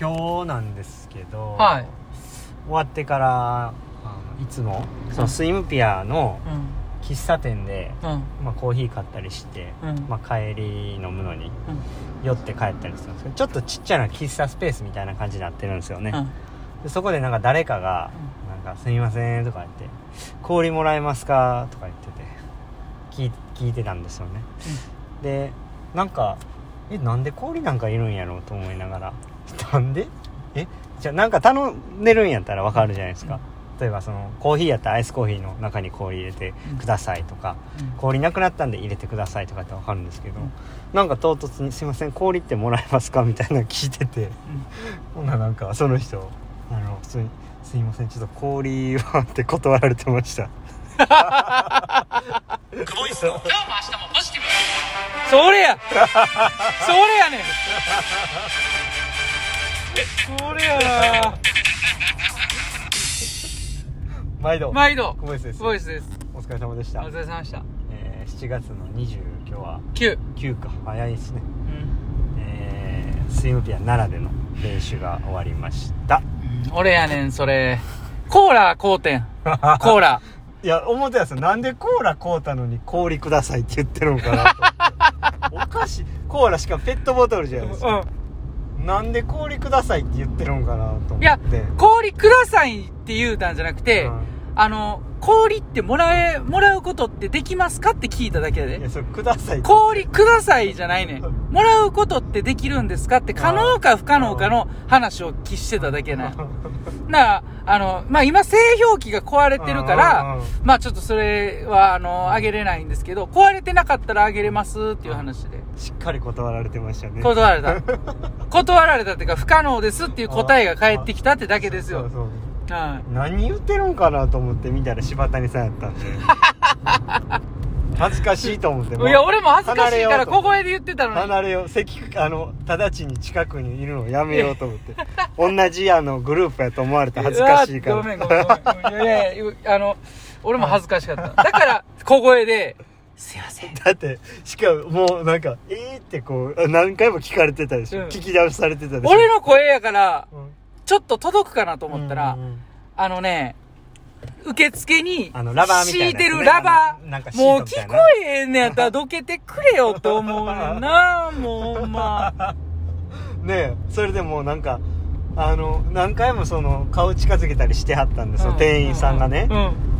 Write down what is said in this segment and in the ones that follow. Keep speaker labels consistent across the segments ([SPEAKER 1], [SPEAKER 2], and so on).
[SPEAKER 1] 今日なんですけど、
[SPEAKER 2] はい
[SPEAKER 1] 終わってからあのいつもそのスイムピアの
[SPEAKER 2] う
[SPEAKER 1] 喫茶店で、
[SPEAKER 2] んうん
[SPEAKER 1] まあ、コーヒー買ったりして、
[SPEAKER 2] うん
[SPEAKER 1] まあ、帰り飲むのに酔って帰ったりするんですけどちょっとちっちゃな喫茶スペースみたいな感じになってるんですよね、
[SPEAKER 2] うん
[SPEAKER 1] でそこでなんか誰かが「なんかすみません」とか言って「氷もらえますか?」とか言ってて聞い聞いてたんですよね、でなんか「えなんで氷なんかいるんやろ?」と思いながら「なんでえじゃあなんか頼んでるんやったらわかるじゃないですか、例えばそのコーヒーやったらアイスコーヒーの中に氷入れてくださいとか、
[SPEAKER 2] うん
[SPEAKER 1] 氷なくなったんで入れてくださいとかってわかるんですけど、
[SPEAKER 2] うん
[SPEAKER 1] なんか唐突に「すいません氷ってもらえますか?」みたいなの聞いてて。ほんならなんかその人あの普通に「すいませんちょっと氷は」って断られてました
[SPEAKER 2] 今日も明日もポジティブそれやそれやねんそれや
[SPEAKER 1] 毎度
[SPEAKER 2] な毎度
[SPEAKER 1] 小林です
[SPEAKER 2] すごいですです
[SPEAKER 1] お疲れ様でし
[SPEAKER 2] お
[SPEAKER 1] た
[SPEAKER 2] 疲、れ様でした
[SPEAKER 1] えー、7月の20今日は
[SPEAKER 2] 9
[SPEAKER 1] 9か早いですね
[SPEAKER 2] うん
[SPEAKER 1] えー、スイムピア奈良での練習が終わりました
[SPEAKER 2] 俺やねんそれコーラ買うて んコーラ
[SPEAKER 1] いや思ったやつなんでコーラ買うたのに氷くださいって言ってるのかなと思っておかしいコーラしかペットボトルじゃないですか、
[SPEAKER 2] う
[SPEAKER 1] なんで氷くださいって言ってるのかなと思って
[SPEAKER 2] んいや氷くださいって言うたんじゃなくて、
[SPEAKER 1] うん
[SPEAKER 2] あの氷ってもらえもらうことってできますかって聞いただけやで
[SPEAKER 1] いやそれくださいって
[SPEAKER 2] 氷くださいじゃないねん。もらうことってできるんですかって可能か不可能かの話を喫してただけなんや。なあ、あの、まあ、今製氷機が壊れてるか
[SPEAKER 1] うん
[SPEAKER 2] ら
[SPEAKER 1] うん、
[SPEAKER 2] まあ、ちょっとそれは、あの、あげれないんですけど、壊れてなかったらあげれますっていう話で。
[SPEAKER 1] しっかり断られてましたね
[SPEAKER 2] 断 られた。断られたっていうか、不可能ですっていう答えが返ってきたってだけです
[SPEAKER 1] そう
[SPEAKER 2] よ。
[SPEAKER 1] そう
[SPEAKER 2] は
[SPEAKER 1] 何言ってるんかなと思って見たら柴谷さんやったん で恥ずかしいと思ってもう
[SPEAKER 2] い。いや、俺も恥ずかし
[SPEAKER 1] 離
[SPEAKER 2] いか
[SPEAKER 1] れよ
[SPEAKER 2] ら
[SPEAKER 1] うと思
[SPEAKER 2] 小
[SPEAKER 1] って
[SPEAKER 2] 声で言ってたのに。
[SPEAKER 1] 離れよう席あの直ちに近くにいるのやめようと思って同じあのグループやと思われたら恥ずかしいか
[SPEAKER 2] うわごめんご
[SPEAKER 1] ら
[SPEAKER 2] めんごめん。いやいや、あの、俺も恥ずかしかった。だから、小声で、すいません。
[SPEAKER 1] だってしかももうなんか「えー」ってこう何回も聞かれてたでしょ、
[SPEAKER 2] うん
[SPEAKER 1] 聞き直しされてたでしょ
[SPEAKER 2] 俺の声やから、
[SPEAKER 1] うん
[SPEAKER 2] ちょっと届くかなと思ったら、
[SPEAKER 1] うんうん
[SPEAKER 2] あのね、受付に、
[SPEAKER 1] あのラバーみたいなやつね
[SPEAKER 2] 敷いてるラバ
[SPEAKER 1] あのなんか
[SPEAKER 2] ー。
[SPEAKER 1] シー
[SPEAKER 2] もう
[SPEAKER 1] トみた
[SPEAKER 2] 聞
[SPEAKER 1] い
[SPEAKER 2] こ
[SPEAKER 1] な
[SPEAKER 2] えへんねやったらどけてくれよと思うねんな、もうほんま。
[SPEAKER 1] ねえそれでもうなんかあの何回もその顔近づけたりしてはったんですよ、店員さんがね、
[SPEAKER 2] う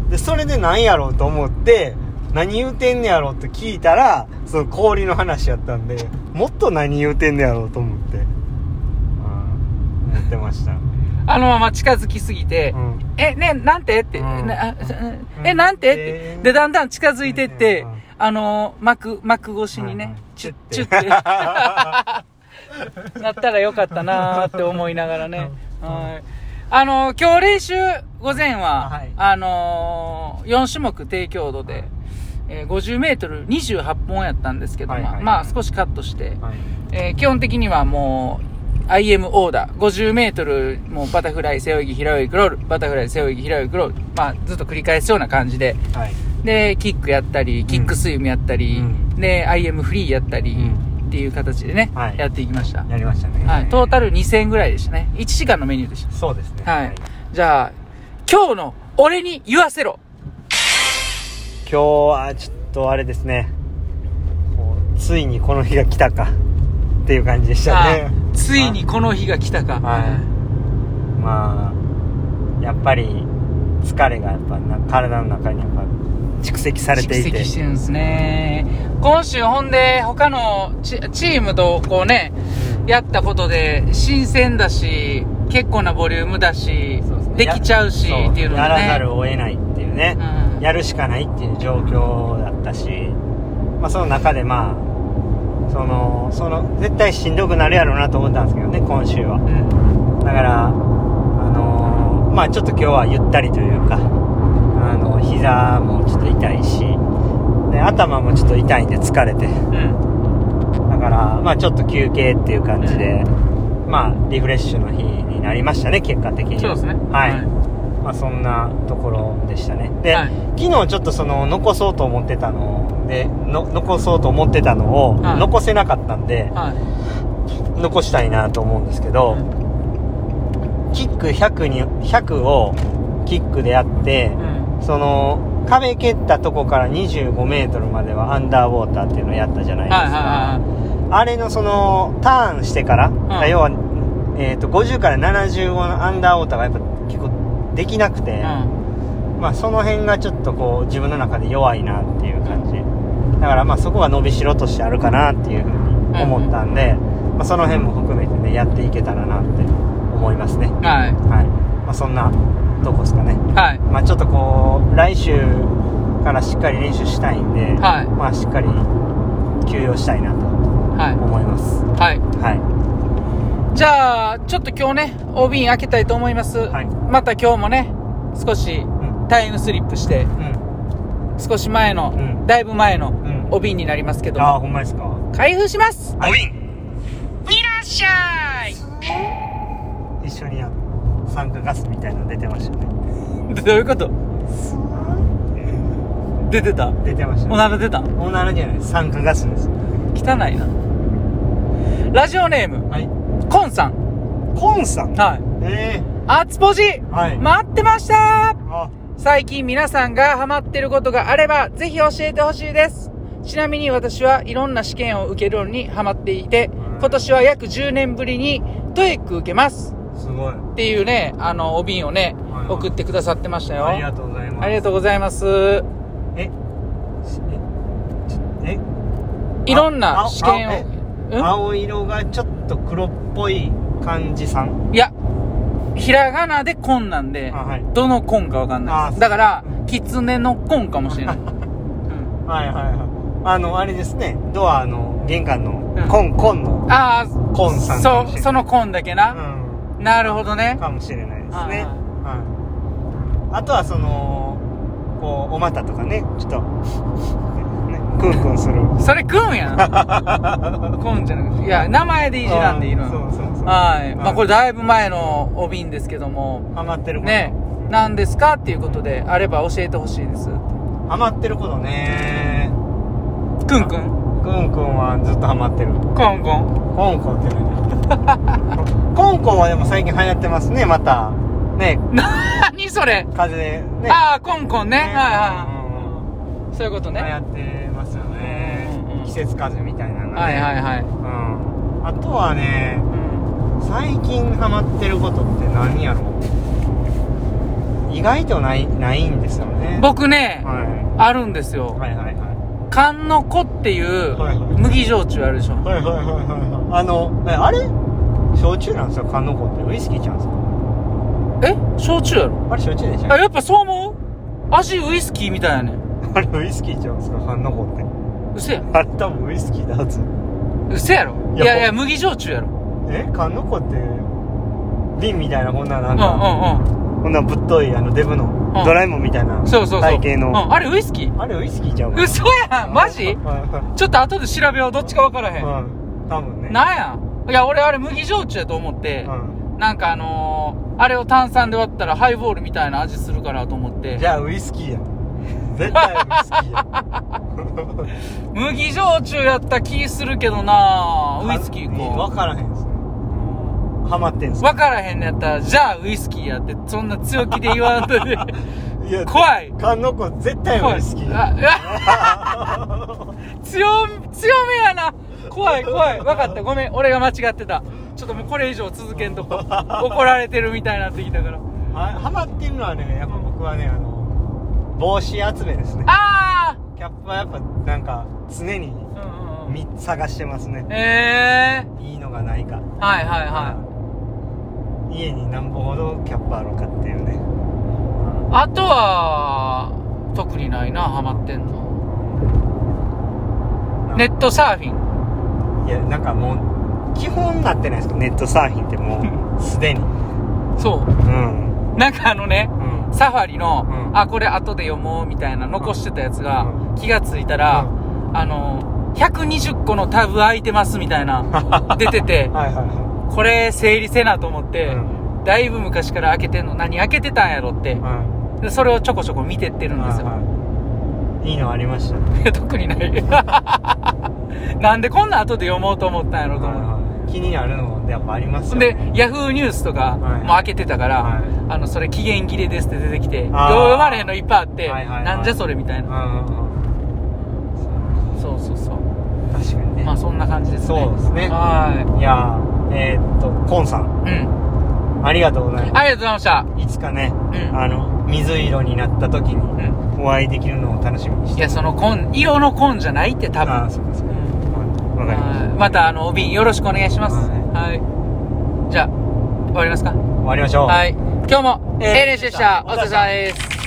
[SPEAKER 2] ん。
[SPEAKER 1] でそれで何やろうと思って何言うてんねやろうって聞いたらその氷の話やったんでもっと何言うてんねやろうと思ってうん思ってました、う
[SPEAKER 2] あのまま近づきすぎて、
[SPEAKER 1] ん、
[SPEAKER 2] え、ね、なんてって、
[SPEAKER 1] うん
[SPEAKER 2] なあ
[SPEAKER 1] うん
[SPEAKER 2] え、なんてっ
[SPEAKER 1] う
[SPEAKER 2] て
[SPEAKER 1] ん。
[SPEAKER 2] で、だんだん近づいてって
[SPEAKER 1] うん、
[SPEAKER 2] あのー、幕、幕越しにね、チュッチュッって、 なったらよかったなーって思いながらね。
[SPEAKER 1] うん
[SPEAKER 2] はい。あのー、今日練習、午前
[SPEAKER 1] あは、
[SPEAKER 2] はいあのー、4種目低強度
[SPEAKER 1] はい
[SPEAKER 2] で、えー50メートル28本やったんですけど、
[SPEAKER 1] はいはい
[SPEAKER 2] まあ
[SPEAKER 1] はい
[SPEAKER 2] まあ少しカットして、
[SPEAKER 1] はい
[SPEAKER 2] えー基本的にはもう、IM オーダー。50メートル、もうバタフライ、背泳ぎ、平泳ぎ、クロール。バタフライ、背泳ぎ、平泳ぎ、クロール。まあ、ずっと繰り返すような感じで。
[SPEAKER 1] はい
[SPEAKER 2] で、キックやったり、キックスイムやったり、
[SPEAKER 1] うん
[SPEAKER 2] で、IM フリーやったり、
[SPEAKER 1] うん
[SPEAKER 2] っていう形でね、
[SPEAKER 1] はい
[SPEAKER 2] やっていきました。
[SPEAKER 1] やりましたね
[SPEAKER 2] はい。トータル2000ぐらいでしたね。1時間のメニューでし
[SPEAKER 1] そうですね
[SPEAKER 2] た。はい。じゃあ、今日の俺に言わせろ
[SPEAKER 1] 今日はちょっとあれですねこうついにこの日が来たかっていう感じでした
[SPEAKER 2] さ
[SPEAKER 1] ね
[SPEAKER 2] あ、ついにこの日が来た
[SPEAKER 1] は
[SPEAKER 2] か。
[SPEAKER 1] いまあやっぱり疲れがやっぱな体の中にやっぱ蓄積されていて
[SPEAKER 2] 蓄積してるんですね今週ほんで他のチチームとこうねやったことで新鮮だし結構なボリュームだし
[SPEAKER 1] そうすね
[SPEAKER 2] できちゃうし
[SPEAKER 1] や
[SPEAKER 2] っていうの
[SPEAKER 1] や
[SPEAKER 2] が
[SPEAKER 1] らざ
[SPEAKER 2] ね
[SPEAKER 1] るを得ないっていうね、
[SPEAKER 2] うん
[SPEAKER 1] やるしかないっていう状況だったし、まあ、その中でまあそのその絶対しんどくなるやろうなと思ったんですけどね今週は
[SPEAKER 2] うん
[SPEAKER 1] だから、あのーまあちょっと今日はゆったりというか、あの、膝もちょっと痛いし、で、頭もちょっと痛いんで疲れて、
[SPEAKER 2] うん
[SPEAKER 1] だから、まあちょっと休憩っていう感じで、まあリフレッシュの日になりましたね、結果的に。
[SPEAKER 2] そうですね
[SPEAKER 1] はい。
[SPEAKER 2] はい
[SPEAKER 1] まあそんなところでしたね。で、
[SPEAKER 2] はい
[SPEAKER 1] 昨日ちょっとその残そうと思ってたので、の残そうと思ってたのを
[SPEAKER 2] はい
[SPEAKER 1] 残せなかったんで、
[SPEAKER 2] はい
[SPEAKER 1] 残したいなと思うんですけど、キック100に100をキックでやって
[SPEAKER 2] うん
[SPEAKER 1] その壁蹴ったとこから2 5メートルまではアンダーウォーターっていうのをやったじゃない
[SPEAKER 2] はい
[SPEAKER 1] ですか、
[SPEAKER 2] はいは
[SPEAKER 1] あれのそのターンしてから、要は、えー、と50から75のアンダーウォーターがやっぱ結構できなくて
[SPEAKER 2] い、は
[SPEAKER 1] まあ、その辺がちょっとこう自分の中で弱いなっていう感じだからまあそこが伸びしろとしてあるかなっていうふうに思ったんで、まあ、その辺も含めてねやっていけたらなって思いますね
[SPEAKER 2] いはい
[SPEAKER 1] はい、まあ、そんなとこですかね
[SPEAKER 2] はい
[SPEAKER 1] まあちょっとこう来週からしっかり練習したいんで、
[SPEAKER 2] はい
[SPEAKER 1] まあしっかり休養したいなと
[SPEAKER 2] は
[SPEAKER 1] 思います
[SPEAKER 2] いはい
[SPEAKER 1] は
[SPEAKER 2] じゃあちょっと今日ね o b 開けたいと思います、
[SPEAKER 1] はい
[SPEAKER 2] また今日もね少し
[SPEAKER 1] いうん
[SPEAKER 2] タイムスリップして
[SPEAKER 1] うん
[SPEAKER 2] 少し前の、
[SPEAKER 1] うん
[SPEAKER 2] だいぶ前の
[SPEAKER 1] ん
[SPEAKER 2] o b になりますけど
[SPEAKER 1] ああ
[SPEAKER 2] も
[SPEAKER 1] ほんまですか
[SPEAKER 2] 開封します
[SPEAKER 1] おびん
[SPEAKER 2] いらっしゃい
[SPEAKER 1] 一緒にや酸化ガスみたいなの出てましたね
[SPEAKER 2] どういうこと出てた
[SPEAKER 1] 出てました
[SPEAKER 2] お
[SPEAKER 1] ね
[SPEAKER 2] なら出た
[SPEAKER 1] おならじゃない酸化ガスです
[SPEAKER 2] 汚いなラジオネーム
[SPEAKER 1] はい
[SPEAKER 2] コンさん
[SPEAKER 1] コンさん
[SPEAKER 2] はい
[SPEAKER 1] ええ
[SPEAKER 2] あつぽじ、
[SPEAKER 1] はい
[SPEAKER 2] 待ってました
[SPEAKER 1] あ
[SPEAKER 2] 最近皆さんがハマってることがあれば、ぜひ教えてほしいです。ちなみに私はいろんな試験を受けるのにハマっていて、今年は約10年ぶりにトエック受けます。
[SPEAKER 1] すごい
[SPEAKER 2] っていうね、あの、お瓶をね
[SPEAKER 1] はい、はい
[SPEAKER 2] 送ってくださってましたよ。
[SPEAKER 1] ありが
[SPEAKER 2] と
[SPEAKER 1] とうございます
[SPEAKER 2] ありがとうございます。
[SPEAKER 1] えしえちょえ
[SPEAKER 2] いろんな
[SPEAKER 1] あ
[SPEAKER 2] 試験
[SPEAKER 1] あ
[SPEAKER 2] を
[SPEAKER 1] え。青色がちょっと黒っぽい感じさん
[SPEAKER 2] うんいや、ひらがなでコンなんで
[SPEAKER 1] あ、はい
[SPEAKER 2] どのコンかわかんないで
[SPEAKER 1] あ
[SPEAKER 2] す。だから
[SPEAKER 1] う、
[SPEAKER 2] キツネのコンかもしれない。うん
[SPEAKER 1] はいはいはいあのあれですねドアの玄関の
[SPEAKER 2] うん
[SPEAKER 1] コンコンの
[SPEAKER 2] ああ、
[SPEAKER 1] コンさんかもしれな
[SPEAKER 2] そ、
[SPEAKER 1] いう
[SPEAKER 2] そのコンだけな。
[SPEAKER 1] う
[SPEAKER 2] なるほどね
[SPEAKER 1] ん。かもしれないです
[SPEAKER 2] はい
[SPEAKER 1] ねはいあとはそのこうお股とかねちょっと ねクンクンする
[SPEAKER 2] それくんやん。くんじゃなくて。いや、名前でいじらんでいい
[SPEAKER 1] あ
[SPEAKER 2] の。
[SPEAKER 1] ーそうそうそう
[SPEAKER 2] はい。まあこれだいぶ前のお瓶ですけども。
[SPEAKER 1] ハマってること
[SPEAKER 2] ね。何ですかっていうことであれば教えてほしいです。
[SPEAKER 1] ハマってることね
[SPEAKER 2] くんくん
[SPEAKER 1] くんくんはずっとハマってる
[SPEAKER 2] こんこん。
[SPEAKER 1] コンコンって何コンコンはでも最近流行ってますねまたね
[SPEAKER 2] 何それ
[SPEAKER 1] 風邪でね
[SPEAKER 2] ああ、こんこんね。はい
[SPEAKER 1] ね
[SPEAKER 2] はいはい。そういうことね。
[SPEAKER 1] 流行
[SPEAKER 2] は
[SPEAKER 1] ってますよね
[SPEAKER 2] うんうん
[SPEAKER 1] 季節風邪みたいなの
[SPEAKER 2] い
[SPEAKER 1] ね
[SPEAKER 2] はいはい。
[SPEAKER 1] うんあとはね
[SPEAKER 2] うん
[SPEAKER 1] 最近ハマってることって何やろう意外とないないんですよね
[SPEAKER 2] 僕ね、
[SPEAKER 1] は
[SPEAKER 2] あるんです
[SPEAKER 1] い
[SPEAKER 2] よ。
[SPEAKER 1] はいはいはい
[SPEAKER 2] 缶の子っていう
[SPEAKER 1] はいはい
[SPEAKER 2] 麦焼酎あるでしょ。
[SPEAKER 1] はいはいはいはいはいあのえあれ焼酎なんですよ缶の子ってウイスキーちゃうんですか
[SPEAKER 2] え焼酎やろ
[SPEAKER 1] あれ焼酎でしょ
[SPEAKER 2] あ、やっぱそう思う味ウイスキーみたいやねん。
[SPEAKER 1] あれウイスキーちゃうんですか缶の子って
[SPEAKER 2] 嘘やん。
[SPEAKER 1] あれ多分ウイスキーだはず
[SPEAKER 2] 嘘やろ
[SPEAKER 1] い
[SPEAKER 2] い
[SPEAKER 1] や
[SPEAKER 2] やいや
[SPEAKER 1] ほん
[SPEAKER 2] 麦焼酎やろ
[SPEAKER 1] え缶の子って瓶みたいなこんなな
[SPEAKER 2] うんん
[SPEAKER 1] か、
[SPEAKER 2] うん
[SPEAKER 1] こんなぶっといあのデブの、
[SPEAKER 2] うん
[SPEAKER 1] ドラえもんみたいな
[SPEAKER 2] うんそうそうそう
[SPEAKER 1] 体型の、
[SPEAKER 2] うん、あれウイスキー
[SPEAKER 1] あれウイスキーちゃうかな
[SPEAKER 2] 嘘やんマジ
[SPEAKER 1] う
[SPEAKER 2] ちょっと後で調べようどっちか分からへん、
[SPEAKER 1] ん多分ね
[SPEAKER 2] なんやいや俺あれ麦焼酎やと思って、
[SPEAKER 1] う
[SPEAKER 2] なんかあのー、あれを炭酸で割ったらハイボールみたいな味するからと思っ
[SPEAKER 1] ん
[SPEAKER 2] て
[SPEAKER 1] じゃあウイスキーや絶対ウイスキーや
[SPEAKER 2] 麦焼酎やった気するけどな ウイスキー
[SPEAKER 1] 分
[SPEAKER 2] こ
[SPEAKER 1] からへんですねハマってんす
[SPEAKER 2] う
[SPEAKER 1] か
[SPEAKER 2] 分からへんのやったらじゃあウイスキーやってそんな強気で言わんと で
[SPEAKER 1] いや
[SPEAKER 2] 怖い
[SPEAKER 1] 缶の子絶対ウイスキーや
[SPEAKER 2] ああ強強めやな怖い怖い分かったごめん俺が間違ってたちょっともうこれ以上続けんとこ怒られてるみたいになってきたから
[SPEAKER 1] あハマってるのはねやっぱ僕はねあの帽子集めですね
[SPEAKER 2] あ
[SPEAKER 1] キャップはやっぱなんか常に
[SPEAKER 2] あ、うんうんう
[SPEAKER 1] み
[SPEAKER 2] ん、
[SPEAKER 1] 探してますね
[SPEAKER 2] ええ
[SPEAKER 1] いいのがないか
[SPEAKER 2] ー、はいはいはい
[SPEAKER 1] 家に何本ほどキャップあるかっていうね
[SPEAKER 2] あとは特にないなハマってんのネットサーフィン
[SPEAKER 1] いやなんかもう基本になってないですかネットサーフィンってもうすでに
[SPEAKER 2] そ
[SPEAKER 1] うん
[SPEAKER 2] うなんかあのね
[SPEAKER 1] うん
[SPEAKER 2] サファリの、
[SPEAKER 1] うん
[SPEAKER 2] あこれ後で読もうみたいな残してたやつが、
[SPEAKER 1] う
[SPEAKER 2] 気がついたら、あの120個のタブ空いてますみた いな出てて
[SPEAKER 1] はいはいは
[SPEAKER 2] これ整理せなと思
[SPEAKER 1] い
[SPEAKER 2] って、
[SPEAKER 1] うん
[SPEAKER 2] だいぶ昔から開けてんの何開けてたんやろって
[SPEAKER 1] は
[SPEAKER 2] でそれをちょこちょこ見てってるんです
[SPEAKER 1] い
[SPEAKER 2] よ、
[SPEAKER 1] はいいいのありましたはい
[SPEAKER 2] いや特にないなんでこんな後で読もうと思ったんやろと思う、
[SPEAKER 1] は気になるのでやっぱありますよね
[SPEAKER 2] で、ヤフーニュースと
[SPEAKER 1] は
[SPEAKER 2] か
[SPEAKER 1] い
[SPEAKER 2] も開けてたから、
[SPEAKER 1] はい
[SPEAKER 2] あの、それ期限切れですって出てきて、よう
[SPEAKER 1] あー
[SPEAKER 2] 読まれへんのいっぱいあって、
[SPEAKER 1] はいはいはい
[SPEAKER 2] なんじゃそれみたい
[SPEAKER 1] うんう
[SPEAKER 2] な。
[SPEAKER 1] んうんそう
[SPEAKER 2] そうそうそう。
[SPEAKER 1] 確かにね、
[SPEAKER 2] まあそんな感じですね。
[SPEAKER 1] そうですね
[SPEAKER 2] はい
[SPEAKER 1] やーえーっとコンさん
[SPEAKER 2] い。うん。
[SPEAKER 1] ありがとうございま
[SPEAKER 2] ありがとうございました。
[SPEAKER 1] すいつかね、
[SPEAKER 2] うん
[SPEAKER 1] あの水色になった時に
[SPEAKER 2] う
[SPEAKER 1] お会いできるのを楽しみにし
[SPEAKER 2] ん。い
[SPEAKER 1] て
[SPEAKER 2] や、その、紺、色の紺じゃないって多分。
[SPEAKER 1] ああそうかそうか
[SPEAKER 2] うん
[SPEAKER 1] わかりまし
[SPEAKER 2] はいまた、あの、お瓶よろしくお願いします。はい。じゃあ、終わりますか
[SPEAKER 1] た終わりましょう
[SPEAKER 2] はい。今日も、
[SPEAKER 1] えー
[SPEAKER 2] A 練習でした。お
[SPEAKER 1] お疲れ
[SPEAKER 2] 疲
[SPEAKER 1] 様
[SPEAKER 2] れ様です。